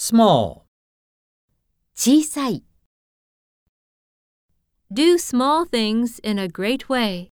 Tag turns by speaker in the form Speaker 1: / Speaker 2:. Speaker 1: small,
Speaker 2: 小さい。
Speaker 3: Do small things in a great way.